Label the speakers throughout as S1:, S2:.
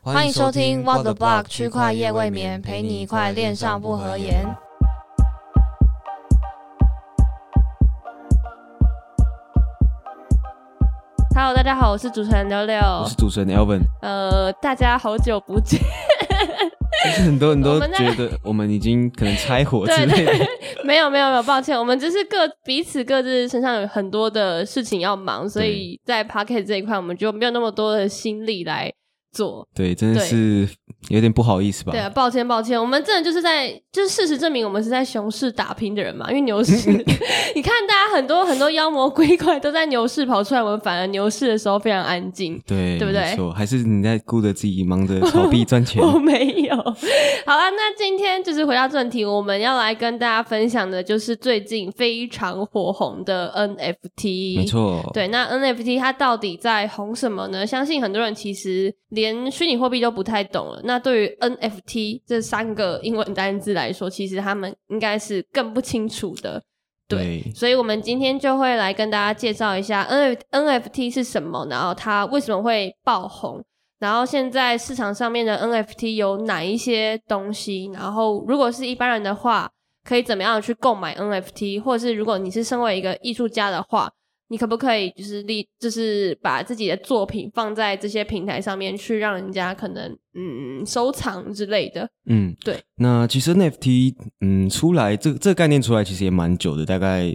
S1: 欢迎收听 What the Block 区块夜未眠，陪你一块恋上不合言。。
S2: Hello，大家好，我是主持人六六。
S1: 我是主持人 Elvin，
S2: 呃，大家好久不见，
S1: 就是很多人都
S2: 我们在
S1: 觉得我们已经可能 拆伙之
S2: 对
S1: 类的，
S2: 没有没有没有，抱歉，我们只是各彼此各自身上有很多的事情要忙，所以在 p o c k e t 这一块，我们就没有那么多的心力来做。
S1: 对，真的是有点不好意思吧
S2: 对？啊，抱歉抱歉，我们真的就是在，就是事实证明，我们是在熊市打拼的人嘛。因为牛市，你看大家很多很多妖魔鬼怪都在牛市跑出来，我们反而牛市的时候非常安静。
S1: 对，
S2: 对不对
S1: 没错，还是你在顾着自己，忙 着炒币赚钱。
S2: 我没有。好了，那今天就是回到正题，我们要来跟大家分享的就是最近非常火红的 NFT。
S1: 没。错，
S2: 对，那 NFT 它到底在红什么呢？相信很多人其实连虚拟货币都不太懂了。那对于 NFT 这三个英文单字来说，其实他们应该是更不清楚的。对
S1: 对
S2: 所以我们今天就会来跟大家介绍一下 N NFT 是什么，然后它为什么会爆红，然后现在市场上面的 NFT 有哪一些东西，然后如果是一般人的话，可以怎么样去购买 NFT，或者是如果你是身为一个艺术家的话，你可不可以就是立就是把自己的作品放在这些平台上面去让人家可能嗯收藏之类的？
S1: 嗯，
S2: 对。
S1: 那其实 NFT，嗯，出来这这个概念出来其实也蛮久的，大概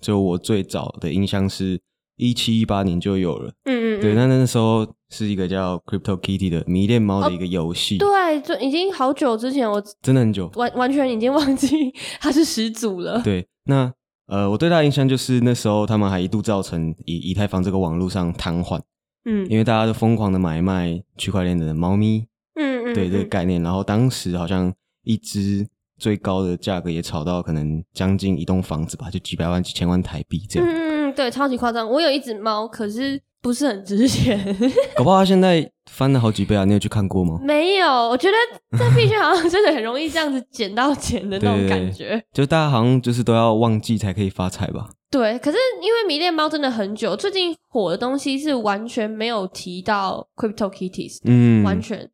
S1: 就我最早的印象是一七一八年就有了。
S2: 嗯嗯嗯，
S1: 对，那那时候是一个叫 Crypto Kitty 的迷恋猫的一个游戏，
S2: 哦对，就已经好久之前我
S1: 真的很久。
S2: 完完全已经忘记 他是始祖了。
S1: 对，那呃，我对他的印象就是那时候他们还一度造成以以太坊这个网络上瘫痪，
S2: 嗯
S1: 因为大家都疯狂的买卖区块链的猫咪，
S2: 嗯嗯，
S1: 对这个
S2: 嗯
S1: 概念。然后当时好像一只最高的价格也炒到可能将近一栋房子吧，就几百万、几千万台币这
S2: 嗯
S1: 样。
S2: 嗯嗯，对，超级夸张。我有一只猫，可是不是很值钱。
S1: 搞不好他现在翻了好几倍啊！你有去看过吗？
S2: 没有，我觉得在币圈好像真的很容易这样子捡到钱的那
S1: 对
S2: 种
S1: 对
S2: 感觉。
S1: 就大家好像就是都要忘记才可以发财吧？
S2: 对，可是因为迷恋猫真的很久，最近火的东西是完全没有提到 Crypto Kitties，、
S1: 嗯，
S2: 完全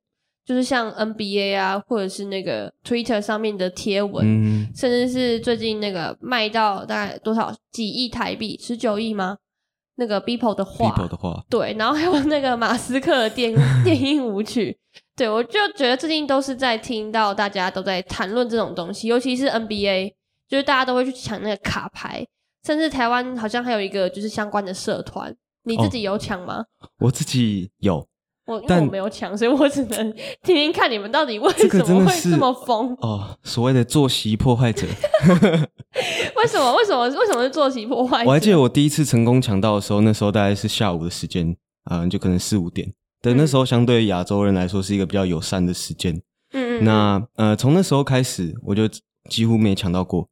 S2: 就是像 NBA 啊，或者是那个 Twitter 上面的贴文，
S1: 嗯，
S2: 甚至是最近那个卖到大概多少几亿台币，十九亿吗？那个 Beeple 的画
S1: people 的话，
S2: 对，然后还有那个马斯克 的电电音舞曲，对我就觉得最近都是在听到大家都在谈论这种东西，尤其是 NBA，就是大家都会去抢那个卡牌，甚至台湾好像还有一个就是相关的社团，你自己有抢吗？
S1: 我自己有
S2: 我因
S1: 哦
S2: 为
S1: 但
S2: 我没有抢，所以我只能听听看你们到底为
S1: 这个
S2: 什么
S1: 真的
S2: 会
S1: 是
S2: 这么疯。
S1: 哦，所谓的作息破坏 者。
S2: 为什么？为什么？为什么哎是啊坐席破坏？
S1: 我还记得我第一次成功抢到的时候，那时候大概是下午的时间，啊、就可能四五点。但
S2: 嗯
S1: 那时候相对于亚洲人来说是一个比较友善的时间。
S2: 嗯，嗯嗯，
S1: 那呃，从那时候开始，我就几乎没抢到过，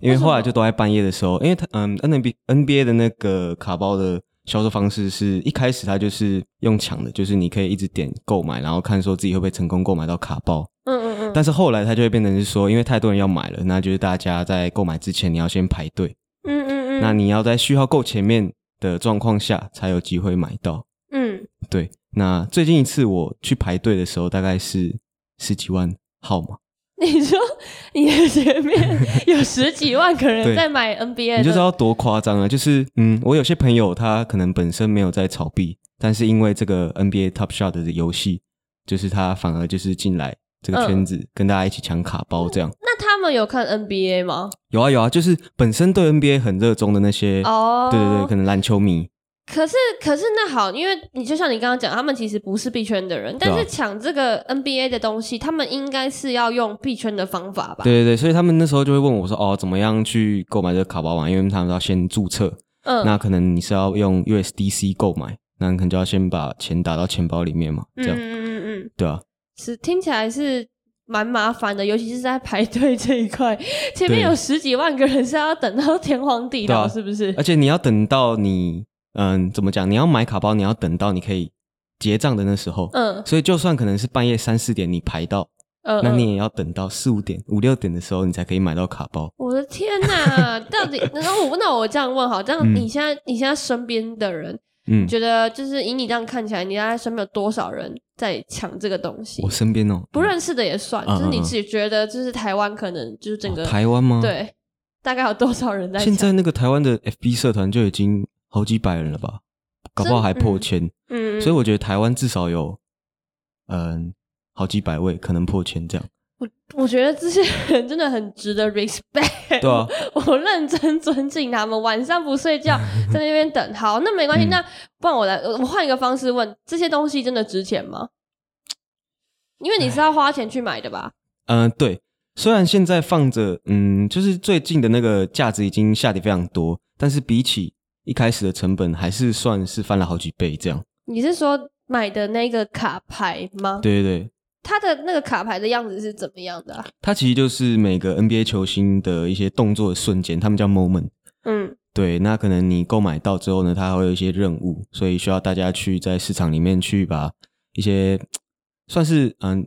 S1: 因为
S2: 为什
S1: 后来
S2: 么
S1: 就都在半夜的时候，因为他嗯 NBA NBA 的那个卡包的销售方式是一开始它就是用抢的，就是你可以一直点购买，然后看说自己会不会成功购买到卡包。
S2: 嗯嗯嗯，
S1: 但是后来它就会变成是说，因为太多人要买了，那就是大家在购买之前你要先排队，
S2: 嗯嗯嗯，
S1: 那你要在序号够前面的状况下才有机会买到。
S2: 嗯，
S1: 对，那最近一次我去排队的时候，大概是十几万号码，
S2: 你说你的前面有十几万个人
S1: 对
S2: 在买 NBA，
S1: 你就知
S2: 的
S1: 道多夸张了。就是嗯，我有些朋友他可能本身没有在炒币，但是因为这个 NBA Top Shot 的游戏，就是他反而就是进来这
S2: 嗯
S1: 个圈子，跟大家一起抢卡包这样。
S2: 那他们有看 NBA 吗？
S1: 有啊有啊，就是本身对 NBA 很热衷的那些，
S2: 哦，
S1: 对对对，可能篮球迷，
S2: 可是可是那好，因为你就像你刚刚讲，他们其实不是币圈的人，
S1: 对啊
S2: 但是抢这个 NBA 的东西，他们应该是要用币圈的方法吧？，
S1: 对对对，所以他们那时候就会问我说：“哦，怎么样去购买这个卡包嘛？因为他们要先注册，
S2: 嗯，
S1: 那可能你是要用 USDC 购买，那你可能就要先把钱打到钱包里面嘛，
S2: 嗯
S1: 这样、
S2: 嗯嗯嗯嗯，
S1: 对啊，
S2: 是听起来是。蛮麻烦的，尤其是在排队这一块，前
S1: 对
S2: 面有十几万个人是要等到天荒地
S1: 对
S2: 老，
S1: 啊
S2: 是不是？
S1: 而且你要等到你嗯怎么讲？你要买卡包，你要等到你可以结账的那时候，
S2: 嗯，
S1: 所以就算可能是半夜三四点你排到，
S2: 呃，
S1: 那
S2: 嗯
S1: 你也要等到四五点、五六点的时候你才可以买到卡包。
S2: 我的天哪，到底？那我那我这样问好，这样
S1: 嗯
S2: 你现在、你现在身边的人，
S1: 嗯
S2: 你，觉得就是以你这样看起来，你大概身边有多少人在抢这个东西
S1: 我。身边哦，
S2: 不认识的也算，
S1: 嗯
S2: 就是
S1: 嗯
S2: 你
S1: 嗯
S2: 自己觉得，就是台湾可能就是整个、
S1: 哦台湾吗？，
S2: 对，大概有多少人在抢？
S1: 现在那个台湾的 FB 社团就已经好几百人了吧，搞不好还破千，
S2: 嗯，嗯
S1: 所以我觉得台湾至少有嗯好几百位，可能破千这样。
S2: 我觉得这些人真的很值得 respect。
S1: 对啊，
S2: 我认真尊敬他们，晚上不睡觉在那边等。好，那没关系，
S1: 嗯
S2: 那不然我来，我我换一个方式问：这些东西真的值钱吗？因为你
S1: 哎
S2: 是要花钱去买的吧？
S1: 嗯、对。虽然现在放着，嗯，就是最近的那个价值已经下跌非常多，但是比起一开始的成本，还是算是翻了好几倍这样。
S2: 你是说买的那个卡牌吗？
S1: 对对对，
S2: 它的那个卡牌的样子是怎么样的啊、
S1: 它其实就是每个 NBA 球星的一些动作的瞬间，他们叫 moment。
S2: 嗯，
S1: 对，那可能你购买到之后呢，它还会有一些任务，所以需要大家去在市场里面去把一些算是嗯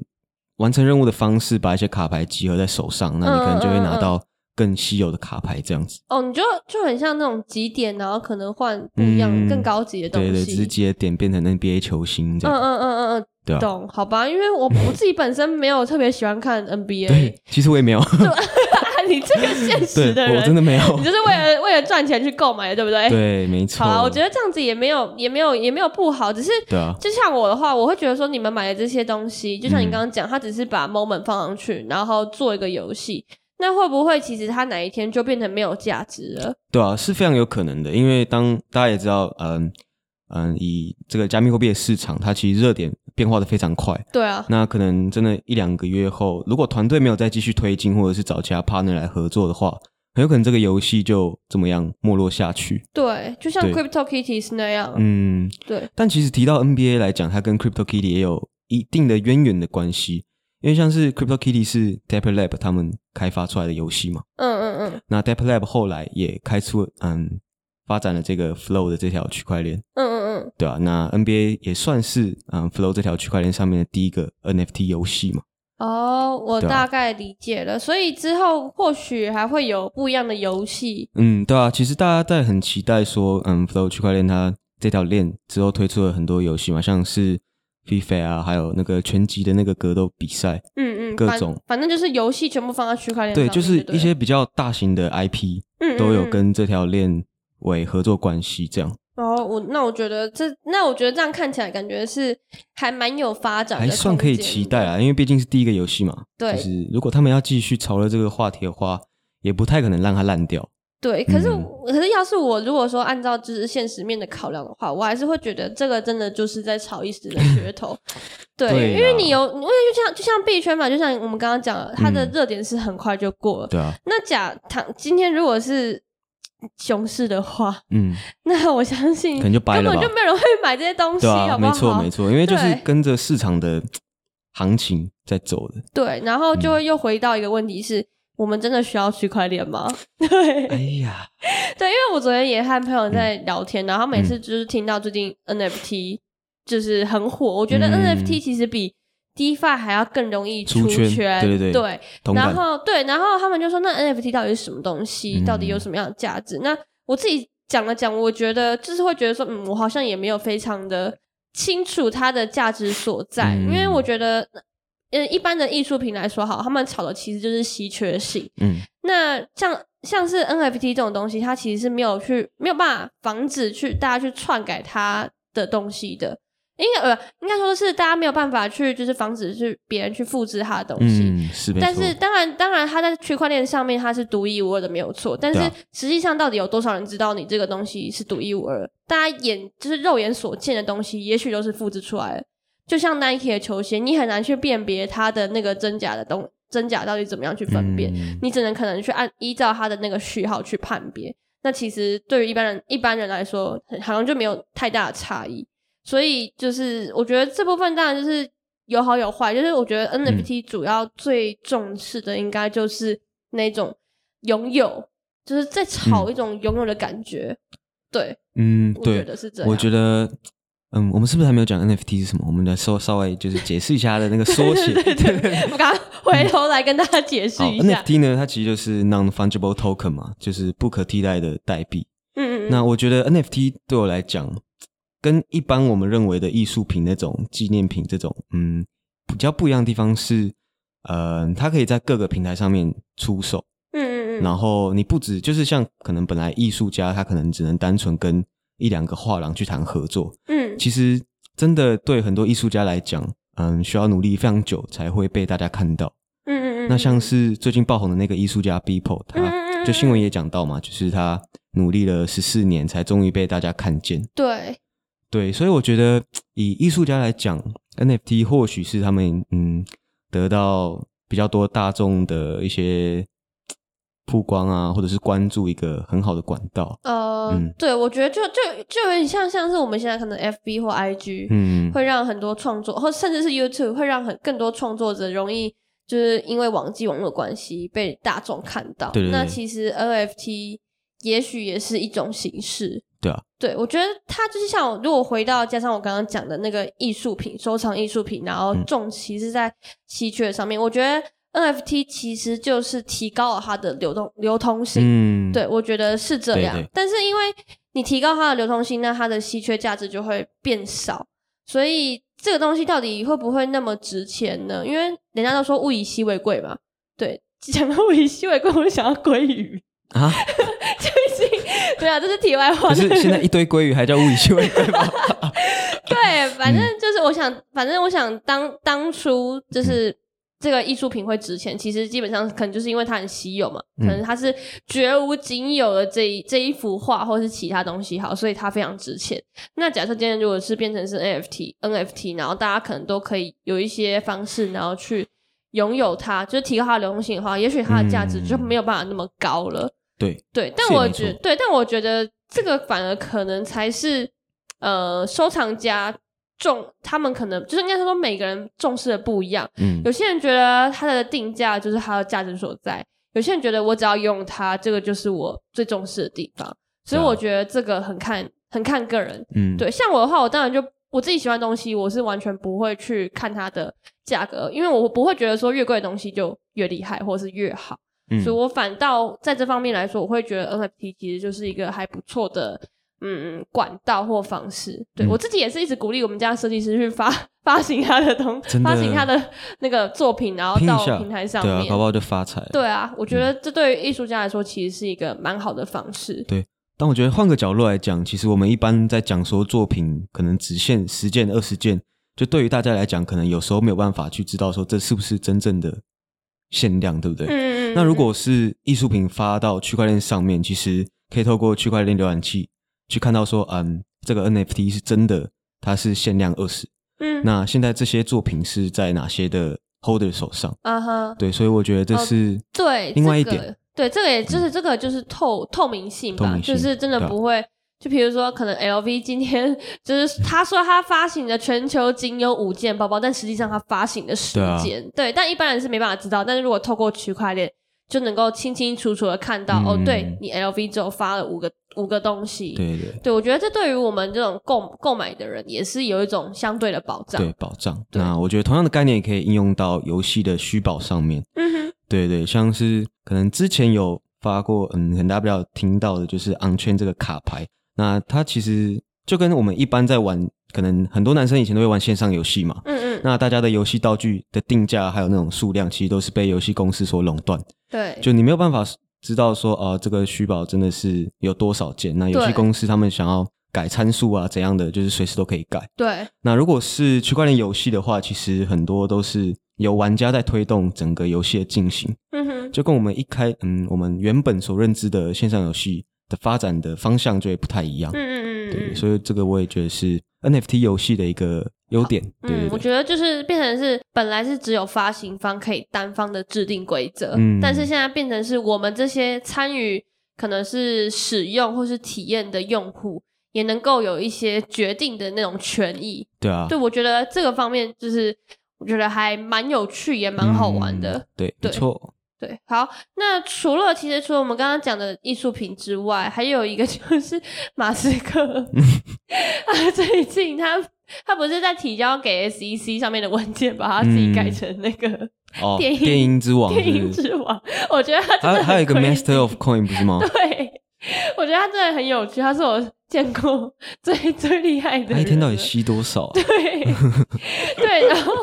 S1: 完成任务的方式，把一些卡牌集合在手上，那你可能就会
S2: 嗯
S1: 拿到更稀有的卡牌这样子。
S2: 哦，你就就很像那种几点，然后可能换不一样、
S1: 嗯
S2: 更高级的东
S1: 对
S2: 西。
S1: 对，直接点变成 NBA 球星这
S2: 嗯
S1: 样，
S2: 嗯嗯嗯嗯，
S1: 对啊。
S2: 懂好吧？因为我我自己本身没有特别喜欢看 NBA，
S1: 对，其实我也 没有，
S2: 你这个现实
S1: 对
S2: 的
S1: 我
S2: 人
S1: 真，的没有
S2: 你，就是为了为了赚钱去购买的，对不对？。
S1: 哦对，没错。
S2: 好啊啦，我觉得这样子也没有也没有也没有不好，只是
S1: 对啊，
S2: 就像我的话，我会觉得说你们买的这些东西，就像你
S1: 嗯
S2: 刚刚讲，它只是把 moment 放上去，然后做一个游戏，那会不会其实它哪一天就变成没有价值了？
S1: 对啊，是非常有可能的，因为当大家也知道，嗯嗯，以这个加密货币的市场，它其实热点变化的非常快。
S2: 对啊，
S1: 那可能真的一两个月后，如果团队没有再继续推进，或者是找其他 partner 来合作的话，很有可能这个游戏就这么样没落下去。
S2: 对，就像
S1: 对
S2: Crypto Kitties 那样，
S1: 嗯，
S2: 对，
S1: 但其实提到 NBA 来讲，它跟 Crypto Kitty 也有一定的渊源的关系，因为像是 Crypto Kitty 是 Dapper Lab 他们开发出来的游戏嘛，
S2: 嗯嗯嗯
S1: 那 Dapper Lab 后来也开出嗯发展了这个 Flow 的这条区块链，
S2: 嗯嗯嗯，
S1: 对吧、那 NBA 也算是嗯 Flow 这条区块链上面的第一个 NFT 游戏嘛。
S2: 哦，我
S1: 对啊
S2: 大概理解了，所以之后或许还会有不一样的游戏，
S1: 嗯，对啊，其实大家在很期待说，嗯，Flow 区块链它这条链之后推出了很多游戏嘛，像是 FIFA 啊，还有那个拳击的那个格斗比赛，
S2: 嗯嗯，
S1: 各
S2: 反
S1: 种
S2: 反正就是游戏全部放在区块链上
S1: 对，
S2: 面，
S1: 就是
S2: 对
S1: 一些比较大型的 IP
S2: 嗯嗯
S1: 都有
S2: 嗯
S1: 跟这条链为合作关系，这样
S2: 哦，我那我觉得这，那我觉得这样看起来感觉是还蛮啊有发展的，
S1: 还算可以期待。啊啦，因为毕竟是第一个游戏嘛，
S2: 对
S1: 就是如果他们要继续朝着这个话题的话，也不太可能让它烂掉。
S2: 对，可是、
S1: 嗯
S2: 我可是要是我如果说按照就是现实面的考量的话，我还是会觉得这个真的就是在炒一时的噱 头。对，
S1: 对
S2: 因为
S1: 啦
S2: 你有，因为就像就像币圈嘛，就像我们刚刚讲了，它的
S1: 嗯
S2: 热点是很快就过了。
S1: 对啊，
S2: 那假倘今天如果是熊市的话，
S1: 嗯，
S2: 那我相信
S1: 可能就掰
S2: 根
S1: 了
S2: 本
S1: 吧
S2: 就。没有人会买这些东西，
S1: 对啊，
S2: 好不
S1: 没
S2: 好？
S1: 错没错，因为就是
S2: 对
S1: 跟着市场的行情在走的。
S2: 对，然后就
S1: 嗯
S2: 会又回到一个问题是。我们真的需要区块链吗？ 对
S1: 哎呀，
S2: 对，因为我昨天也和朋友在
S1: 嗯
S2: 聊天，然后每次就是听到最近 NFT 就是很火，我觉得
S1: 嗯
S2: NFT 其实比 DeFi 还要更容易
S1: 出
S2: 圈，
S1: 圈对对对同
S2: 然
S1: 感。
S2: 后对，然后他们就说那 NFT 到底是什么东西，
S1: 嗯
S2: 到底有什么样的价值？那我自己讲了讲，我觉得就是会觉得说，嗯，我好像也没有非常的清楚它的价值所在，
S1: 嗯
S2: 因为我觉得，呃，一般的艺术品来说好，他们炒的其实就是稀缺性。
S1: 嗯，
S2: 那像像是 NFT 这种东西，它其实是没有去没有办法防止去大家去篡改它的东西的。应该呃，应该说是大家没有办法去，就是防止去别人去复制它的东西。
S1: 嗯，是没错。
S2: 但是当然，当然，它在区块链上面它是独一无二的，没有错。但是
S1: 对啊
S2: 实际上，到底有多少人知道你这个东西是独一无二？大家眼就是肉眼所见的东西，也许都是复制出来的。就像 Nike 的球鞋，你很难去辨别它的那个真假的东真假到底怎么样去分辨，
S1: 嗯
S2: 你只能可能去按依照它的那个序号去判别。那其实对于一般人一般人来说，好像就没有太大的差异。所以就是我觉得这部分当然就是有好有坏，就是我觉得
S1: 嗯
S2: NFT 主要最重视的应该就是那种拥有，就是在炒一种拥有的感觉。对，
S1: 嗯，
S2: 我觉
S1: 对，
S2: 得啊是这样。
S1: 我觉得，嗯，我们是不是还没有讲 NFT 是什么？我们来稍稍微就是解释一下它的那个 缩写。
S2: 对对对，我刚刚回头来跟大家解
S1: 嗯
S2: 释
S1: 好
S2: 一下。
S1: ，NFT 呢，它其实就是 non-fungible token 嘛，就是不可替代的代币。
S2: 嗯嗯嗯，
S1: 那我觉得 NFT 对我来讲，跟一般我们认为的艺术品那种纪念品这种，嗯，比较不一样的地方是，呃，它可以在各个平台上面出售，
S2: 嗯嗯嗯，
S1: 然后你不止就是像可能本来艺术家他可能只能单纯跟一两个画廊去谈合作，
S2: 嗯
S1: 其实真的对很多艺术家来讲，嗯，需要努力非常久才会被大家看到。
S2: 嗯嗯嗯，
S1: 那像是最近爆红的那个艺术家 Beeple，
S2: 嗯
S1: 他
S2: 嗯嗯，
S1: 就新闻也讲到嘛，就是他努力了十四年，才终于被大家看见。
S2: 对，
S1: 对，所以我觉得以艺术家来讲，NFT 或许是他们嗯得到比较多大众的一些曝光啊，或者是关注一个很好的管道。
S2: 呃，
S1: 嗯
S2: 对，我觉得就就就有点像像是我们现在可能 FB 或 IG，、
S1: 嗯，
S2: 会让很多创作，或甚至是 YouTube 会让很更多创作者容易就是因为网际网络关系被大众看到。
S1: 对对对
S2: 那其实 NFT 也许也是一种形式。
S1: 对啊，
S2: 对我觉得它就是像我，如果回到加上我刚刚讲的那个艺术品、收藏艺术品，然后
S1: 嗯
S2: 重其是在稀缺上面，我觉得 NFT 其实就是提高了它的流动流通性。
S1: 嗯，
S2: 对，我觉得是这
S1: 对
S2: 样。
S1: 对
S2: 但是因为你提高它的流通性，那它的稀缺价值就会变少，所以这个东西到底会不会那么值钱呢？因为人家都说物以稀为贵嘛。对，讲到物以稀为贵，我就想到鲑鱼。
S1: 啊，
S2: 最近，对啊，这是题外话。
S1: 可是现在一堆鲑鱼还叫物以稀为贵 吗？
S2: 对，
S1: 嗯
S2: 反正就是我想，反正我想当当初就是这个艺术品会值钱，其实基本上可能就是因为它很稀有嘛，可
S1: 嗯
S2: 能它是绝无仅有的这一这一幅画或是其他东西好，所以它非常值钱。那假设今天如果是变成是 NFT NFT，然后大家可能都可以有一些方式，然后去。拥有它，就是提高它的流动性的话，也许它的价值就
S1: 嗯
S2: 没有办法那么高了。
S1: 对，
S2: 对，但
S1: 是
S2: 我
S1: 没
S2: 觉
S1: 错
S2: 对，但我觉得这个反而可能才是呃收藏家重，他们可能就是应该说每个人重视的不一样。
S1: 嗯
S2: 有些人觉得它的定价就是它的价值所在，有些人觉得我只要拥有它，这个就是我最重视的地方。所以
S1: 对啊
S2: 我觉得这个很看很看个人。
S1: 嗯，
S2: 对，像我的话，我当然就我自己喜欢的东西，我是完全不会去看它的价格，因为我不会觉得说越贵的东西就越厉害，或是越好。
S1: 嗯，
S2: 所以我反倒在这方面来说，我会觉得 NFT 其实就是一个还不错的嗯管道或方式。对、
S1: 嗯
S2: 我自己也是一直鼓励我们家设计师去发 发行他的东，
S1: 真的
S2: 发行他的那个作品，然后
S1: 拼一
S2: 到
S1: 下
S2: 平台上
S1: 对啊
S2: 面。，
S1: 搞不好就嗯发财了。
S2: 对啊，我觉得这对于艺术家来说，其实是一个蛮好的方式。
S1: 但我觉得换个角度来讲，其实我们一般在讲说作品可能只限十件、二十件，就对于大家来讲，可能有时候没有办法去知道说这是不是真正的限量，对不对？
S2: 嗯，
S1: 那如果是艺术品发到区块链上面，其实可以透过区块链浏览器去看到说，嗯，这个 NFT 是真的，它是限量二十。
S2: 嗯
S1: 那现在这些作品是在哪些的 holder 手上？
S2: 啊哈，
S1: 对，所以我觉得这
S2: 哦
S1: 是、
S2: 对，
S1: 另外一
S2: 这个
S1: 点嗯
S2: 对，这个也就是这个就是透透明性吧，
S1: 透明性
S2: 就是真的
S1: 对啊
S2: 不会。就比如说，可能 LV 今天就是他说他发行的全球仅有五件包包，但实际上他发行的十
S1: 对啊
S2: 件，对，但一般人是没办法知道。但是如果透过区块链，就能够清清楚楚的看到，哦，
S1: 嗯
S2: 对你 LV 只有发了五个五个东西，
S1: 对对
S2: 对我觉得这对于我们这种购购买的人也是有一种相对的保障。
S1: 对保障。
S2: 对
S1: 那我觉得同样的概念也可以应用到游戏的虚宝上面。
S2: 嗯
S1: 对对，像是可能之前有发过，嗯，很大不了听到的就是 on chain 这个卡牌，那它其实就跟我们一般在玩，可能很多男生以前都会玩线上游戏嘛
S2: 哼，，嗯嗯，
S1: 那大家的游戏道具的定价还有那种数量，其实都是被游戏公司所垄断，
S2: 对，
S1: 就你没有办法知道说，啊，这个虚宝真的是有多少件，那游戏
S2: 对
S1: 公司他们想要改参数啊怎样的，就是随时都可以改。
S2: 对，
S1: 那如果是区块链游戏的话，其实很多都是由玩家在推动整个游戏的进行。
S2: 嗯哼，
S1: 就跟我们一开嗯，我们原本所认知的线上游戏的发展的方向就会不太一样。
S2: 嗯嗯嗯嗯
S1: 对，
S2: 嗯。
S1: 所以这个我也觉得是 NFT 游戏的一个优点。对
S2: 嗯，
S1: 对
S2: 我
S1: 对，
S2: 觉得就是变成是本来是只有发行方可以单方的制定规则，
S1: 嗯
S2: 但是现在变成是我们这些参与可能是使用或是体验的用户，也能够有一些决定的那种权益。
S1: 对啊，
S2: 对，我觉得这个方面就是我觉得还蛮有趣，也蛮好玩的。
S1: 嗯。对，
S2: 对
S1: 没错。
S2: 对，好，那除了其实除了我们刚刚讲的艺术品之外，还有一个 就是马斯克，
S1: 嗯
S2: 他最近他他不是在提交给 SEC 上面的文件，把他自己改
S1: 嗯
S2: 成那个
S1: 哦，
S2: 电影
S1: 电音之王
S2: 电
S1: 是
S2: 影
S1: 不是，
S2: 之王，我觉得他
S1: 还
S2: 真的
S1: 有还有一个
S2: 很
S1: Master
S2: crazy
S1: of Coin 不是吗？
S2: 对，我觉得他真的很有趣，他是我见过最最厉害的
S1: 他
S2: 人，
S1: 一天到底吸多少、啊？
S2: 对对，然后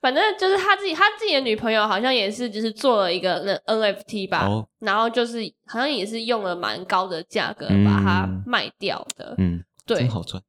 S2: 反正就是他自己，他自己的女朋友好像也是，就是做了一个那 NFT 吧，
S1: 哦
S2: 然后就是好像也是用了蛮高的价格
S1: 嗯
S2: 把它卖掉的。
S1: 嗯，
S2: 对
S1: 真好赚。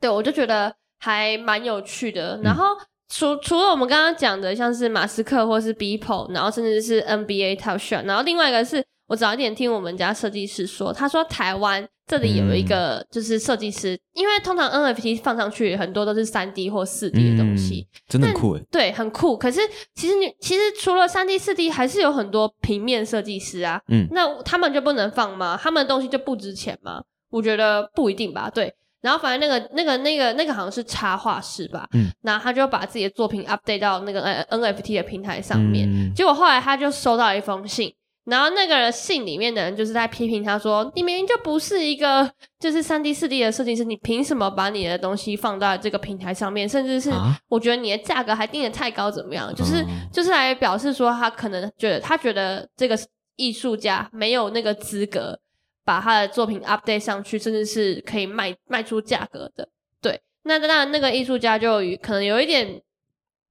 S2: 对，我就觉得还蛮有趣
S1: 嗯
S2: 的。然后除除了我们刚刚讲的，像是马斯克或是 Beeple，然后甚至是 NBA Top Shot，然后另外一个是我早一点听我们家设计师说，他说台湾这里有一
S1: 嗯
S2: 个就是设计师，因为通常 NFT 放上去很多都是三 D 或四 D 的东西。
S1: 嗯、真的很酷哎。
S2: 对，很酷。可是其实你其实除了三 D、四 D，还是有很多平面设计师啊。
S1: 嗯
S2: 那他们就不能放吗？他们的东西就不值钱吗？我觉得不一定吧。对。然后反正那个那个那个那个好像是插画师吧，
S1: 嗯，
S2: 然后他就把自己的作品 update 到那个 N NFT 的平台上面。
S1: 嗯
S2: 结果后来他就收到一封信，然后那个人信里面的人就是在批评他说：“你明明就不是一个就是三 D 四 D 的设计师，你凭什么把你的东西放到这个平台上面？甚至是
S1: 啊
S2: 我觉得你的价格还定的太高，怎么样？就是、
S1: 哦
S2: 就是来表示说他可能觉得他觉得这个艺术家没有那个资格把他的作品 update 上去，甚至是可以卖卖出价格的。对，那当然那个艺术家就有可能有一点。”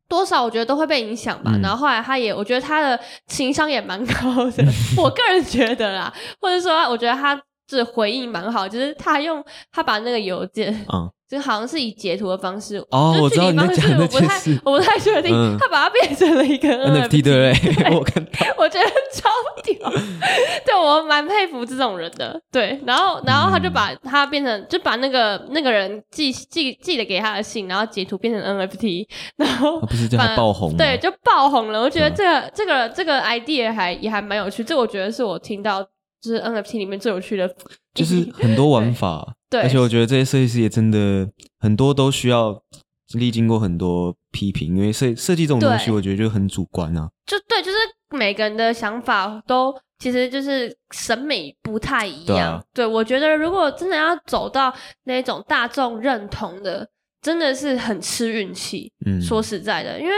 S2: 多少我觉得都会被影响吧，
S1: 嗯
S2: 然后后来他也，我觉得他的情商也蛮高 的，我个人觉得啦，或者说我觉得他这回应蛮好，就是他用他把那个邮件，
S1: 嗯，
S2: 就好像是以截图的方式，
S1: 哦
S2: 就是
S1: 我知道
S2: 距离
S1: 你在
S2: 方式
S1: 讲那
S2: 我不
S1: 件
S2: 太
S1: 事
S2: 我不太确定，
S1: 嗯
S2: 他把它变成了一个
S1: NFT 对不对？ 我看到
S2: 我觉得超屌， 对我蛮佩服这种人的。对，然后然后他
S1: 嗯
S2: 就把他变成，就把那个那个人寄寄寄的给他的信，然后截图变成 NFT，然 后
S1: 啊不是叫
S2: 反
S1: 他爆红吗？
S2: 对就爆红了。我觉得
S1: 嗯
S2: 这个、这个这个 idea 还也还蛮有趣，这我觉得是我听到就是 NFT 里面最有趣的，
S1: 就是很多玩法。
S2: 嗯对
S1: 而且我觉得这些设计师也真的很多都需要历经过很多批评，因为设设计这种东西，
S2: 对
S1: 我觉得就很主观啊。
S2: 就对，就是每个人的想法都其实就是审美不太一
S1: 对
S2: 样。
S1: 啊
S2: 我觉得如果真的要走到那种大众认同的，真的是很吃运气。
S1: 嗯，
S2: 说实在的，因为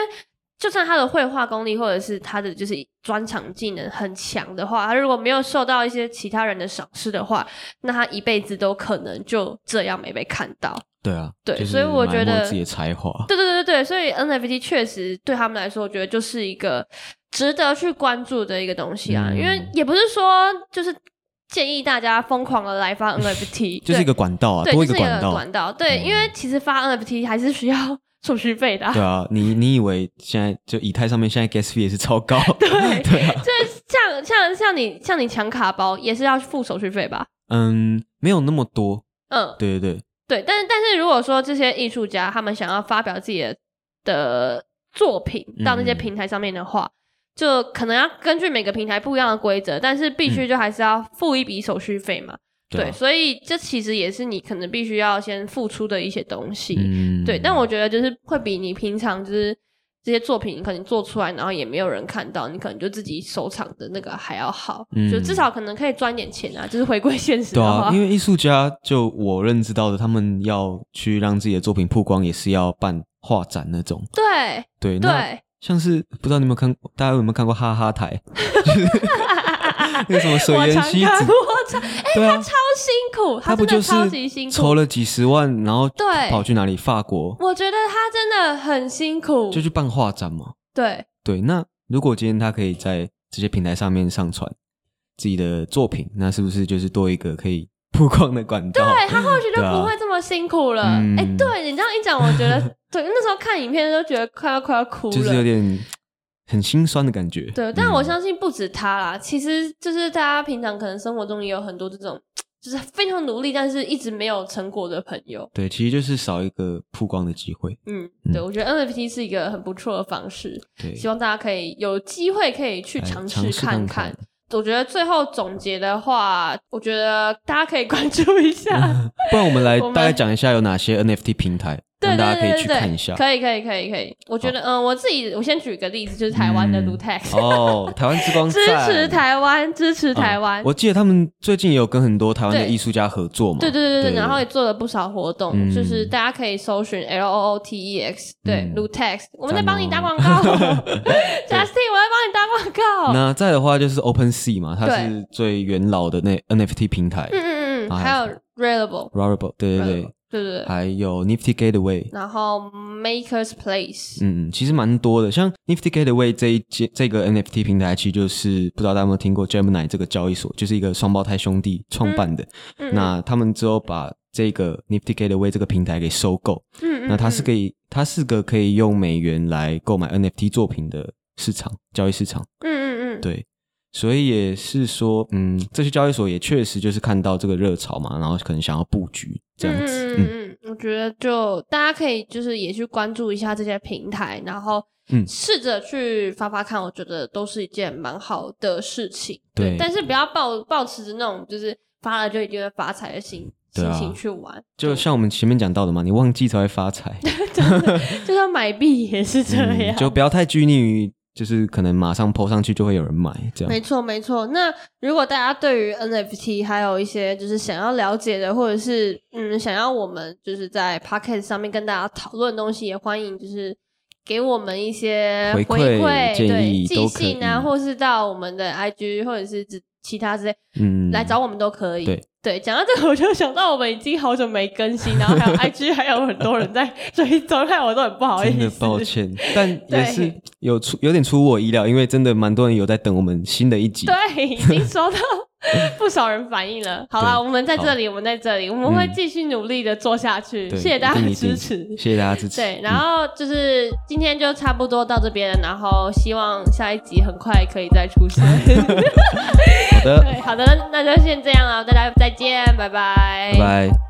S2: 就算他的绘画功力或者是他的就是专长技能很强的话，他如果没有受到一些其他人的赏识的话，那他一辈子都可能就这样没被看到。
S1: 对啊，
S2: 对
S1: 就是
S2: 所以我觉得
S1: 埋没自己的才华。
S2: 对对对对，所以 NFT 确实对他们来说，我觉得就是一个值得去关注的一个东西啊，
S1: 嗯
S2: 因为也不是说就是建议大家疯狂的来发 NFT，
S1: 就是一个管道啊，
S2: 对，
S1: 多
S2: 对
S1: 一
S2: 就
S1: 个
S2: 是一个
S1: 管道。
S2: 管道，对，
S1: 嗯
S2: 因为其实发 NFT 还是需要 手续费的、啊
S1: 对。啊，你你以为现在就以太上面现在 gas fee 也是超高？
S2: 对
S1: 对啊，
S2: 就是像像像你像你抢卡包也是要付手续费吧？
S1: 嗯，没有那么多。
S2: 嗯，
S1: 对对对，
S2: 对，但是但是如果说这些艺术家他们想要发表自己的的作品到那些
S1: 嗯
S2: 平台上面的话，就可能要根据每个平台不一样的规则，但是必须就还是要付一笔手续费嘛。对，
S1: 嗯啊
S2: 所以这其实也是你可能必须要先付出的一些东西。
S1: 嗯，
S2: 对，但我觉得就是会比你平常就是这些作品，你可能做出来，然后也没有人看到，你可能就自己收藏的那个还要好，
S1: 嗯
S2: 就至少可能可以赚点钱啊，就是回归现实
S1: 对
S2: 的话。
S1: 啊，因为艺术家就我认知到的，他们要去让自己的作品曝光，也是要办画展那种。
S2: 对
S1: 对，那
S2: 对，
S1: 像是不知道你有没有看，大家有没有看过哈哈台？ 那个什么水
S2: 我
S1: 原
S2: 常
S1: 希
S2: 看，
S1: 子，
S2: 我常哎、
S1: 对啊
S2: 他超辛苦，
S1: 他
S2: 真
S1: 不
S2: 的
S1: 就是
S2: 超级辛
S1: 筹
S2: 苦。
S1: 了几十万，然后
S2: 对
S1: 跑去哪里法国
S2: 我觉得他真的很辛苦
S1: 就，去办画展嘛？
S2: 对哎
S1: 对，那如果今天他可以在这些平台上面上传自己的作品，那是不是就是多一个可以曝光的管道？
S2: 对，他或许就
S1: 对啊
S2: 不会这么辛苦了。哎、
S1: 嗯
S2: 对你这样一讲，我觉得对，那时候看影片都觉得快要快要哭 了，
S1: 就是有点很心酸的感觉。
S2: 对，但我
S1: 嗯
S2: 相信不止他啦，其实就是大家平常可能生活中也有很多这种，就是非常努力但是一直没有成果的朋友。
S1: 对，其实就是少一个曝光的机会。
S2: 嗯，
S1: 嗯
S2: 对，我觉得 NFT 是一个很不错的方式，
S1: 对，
S2: 希望大家可以有机会可以去
S1: 来
S2: 尝试
S1: 尝试
S2: 看
S1: 看
S2: 看。我觉得最后总结的话，我觉得大家可以关注一下，
S1: 不然我们来
S2: 我们
S1: 大概讲一下有哪些 NFT 平台，
S2: 对
S1: 让
S2: 对
S1: 大家可
S2: 对
S1: 以
S2: 对
S1: 去
S2: 对，
S1: 看一下。
S2: 可以可以可以可以。我觉得，嗯，我自己我先举个例子，就是台湾的
S1: 嗯
S2: Lutex，、
S1: 哦，台湾之光
S2: 支
S1: 赞
S2: 持台湾，支持台湾
S1: 嗯。我记得他们最近也有跟很多台湾的
S2: 对
S1: 艺术家合作嘛。
S2: 对对对对
S1: 对
S2: 对，然后也做了不少活动，
S1: 嗯
S2: 就是大家可以搜寻 L O O T E X，对
S1: 嗯
S2: ，Lutex，我们在
S1: 赞哦
S2: 帮你打广 告，Justin，我在帮你打广告。嗯
S1: 那再的话就是 Open Sea 嘛，它
S2: 对嗯
S1: 是最元老的那 NFT 平台。
S2: 嗯嗯，
S1: 啊
S2: 还有 Rarible，
S1: Rarible，对对对，
S2: 对对对，
S1: 还有 Nifty Gateway，
S2: 然后 Maker's Place，
S1: 嗯，其实蛮多的。像 Nifty Gateway 这一间这个 NFT 平台，其实就是不知道大家有没有听过 Gemini 这个交易所，就是一个双胞胎兄弟创办的。
S2: 嗯
S1: 那他们之后把这个 Nifty Gateway 这个平台给收购，
S2: 嗯嗯
S1: 那它是
S2: 嗯
S1: 可以，它是个可以用美元来购买 NFT 作品的市场交易市场。
S2: 嗯嗯嗯，
S1: 对，所以也是说，嗯，这些交易所也确实就是看到这个热潮嘛，然后可能想要布局这样子。
S2: 嗯嗯嗯嗯，我觉得就大家可以就是也去关注一下这些平台，然后
S1: 嗯
S2: 试着去发发看，我觉得都是一件蛮好的事情。
S1: 对
S2: 但是不要抱抱持着那种就是发了就一定会发财的心。
S1: 对
S2: 心
S1: 啊
S2: 情去玩，
S1: 就像我们前面讲到的嘛，你忘记才会发 财，
S2: 就算买币也是这
S1: 嗯
S2: 样。
S1: 就不要太拘泥于，就是可能马上 PO 上去就会有人买这
S2: 没
S1: 样。
S2: 错，没错。那如果大家对于 NFT 还有一些就是想要了解的，或者是嗯想要我们就是在 p o c k e t 上面跟大家讨论的东西，也欢迎就是给我们一些
S1: 回
S2: 馈，
S1: 馈建
S2: 对，
S1: 议
S2: 寄
S1: 都可
S2: 信啊，
S1: 以
S2: 或是到我们的 IG 或者是之其他之类、
S1: 嗯，
S2: 来找我们都可以。
S1: 对
S2: 讲到这个我就想到我们已经好久没更新，然 后还有 IG 还有很多人在追踪，害我都很不好意思。
S1: 真的抱 歉，但也是
S2: 哦对
S1: 有出有点出乎我意料，因为真的蛮多人有在等我们新的一集。
S2: 对，已经收到不少人反映 了。好啦，
S1: 对
S2: 我们在这里，我们在这里，我们会继续努力的做下去。
S1: 对
S2: 谢谢大家
S1: 一定
S2: 的
S1: 一定
S2: 支持。
S1: 谢谢大家支持。嗯
S2: 对，然后就是今天就差不多到这边了，然后希望下一集很快可以再出 现。
S1: 好的，
S2: 啊对，好的，那就先这样了，大家再见，拜拜，
S1: 拜拜。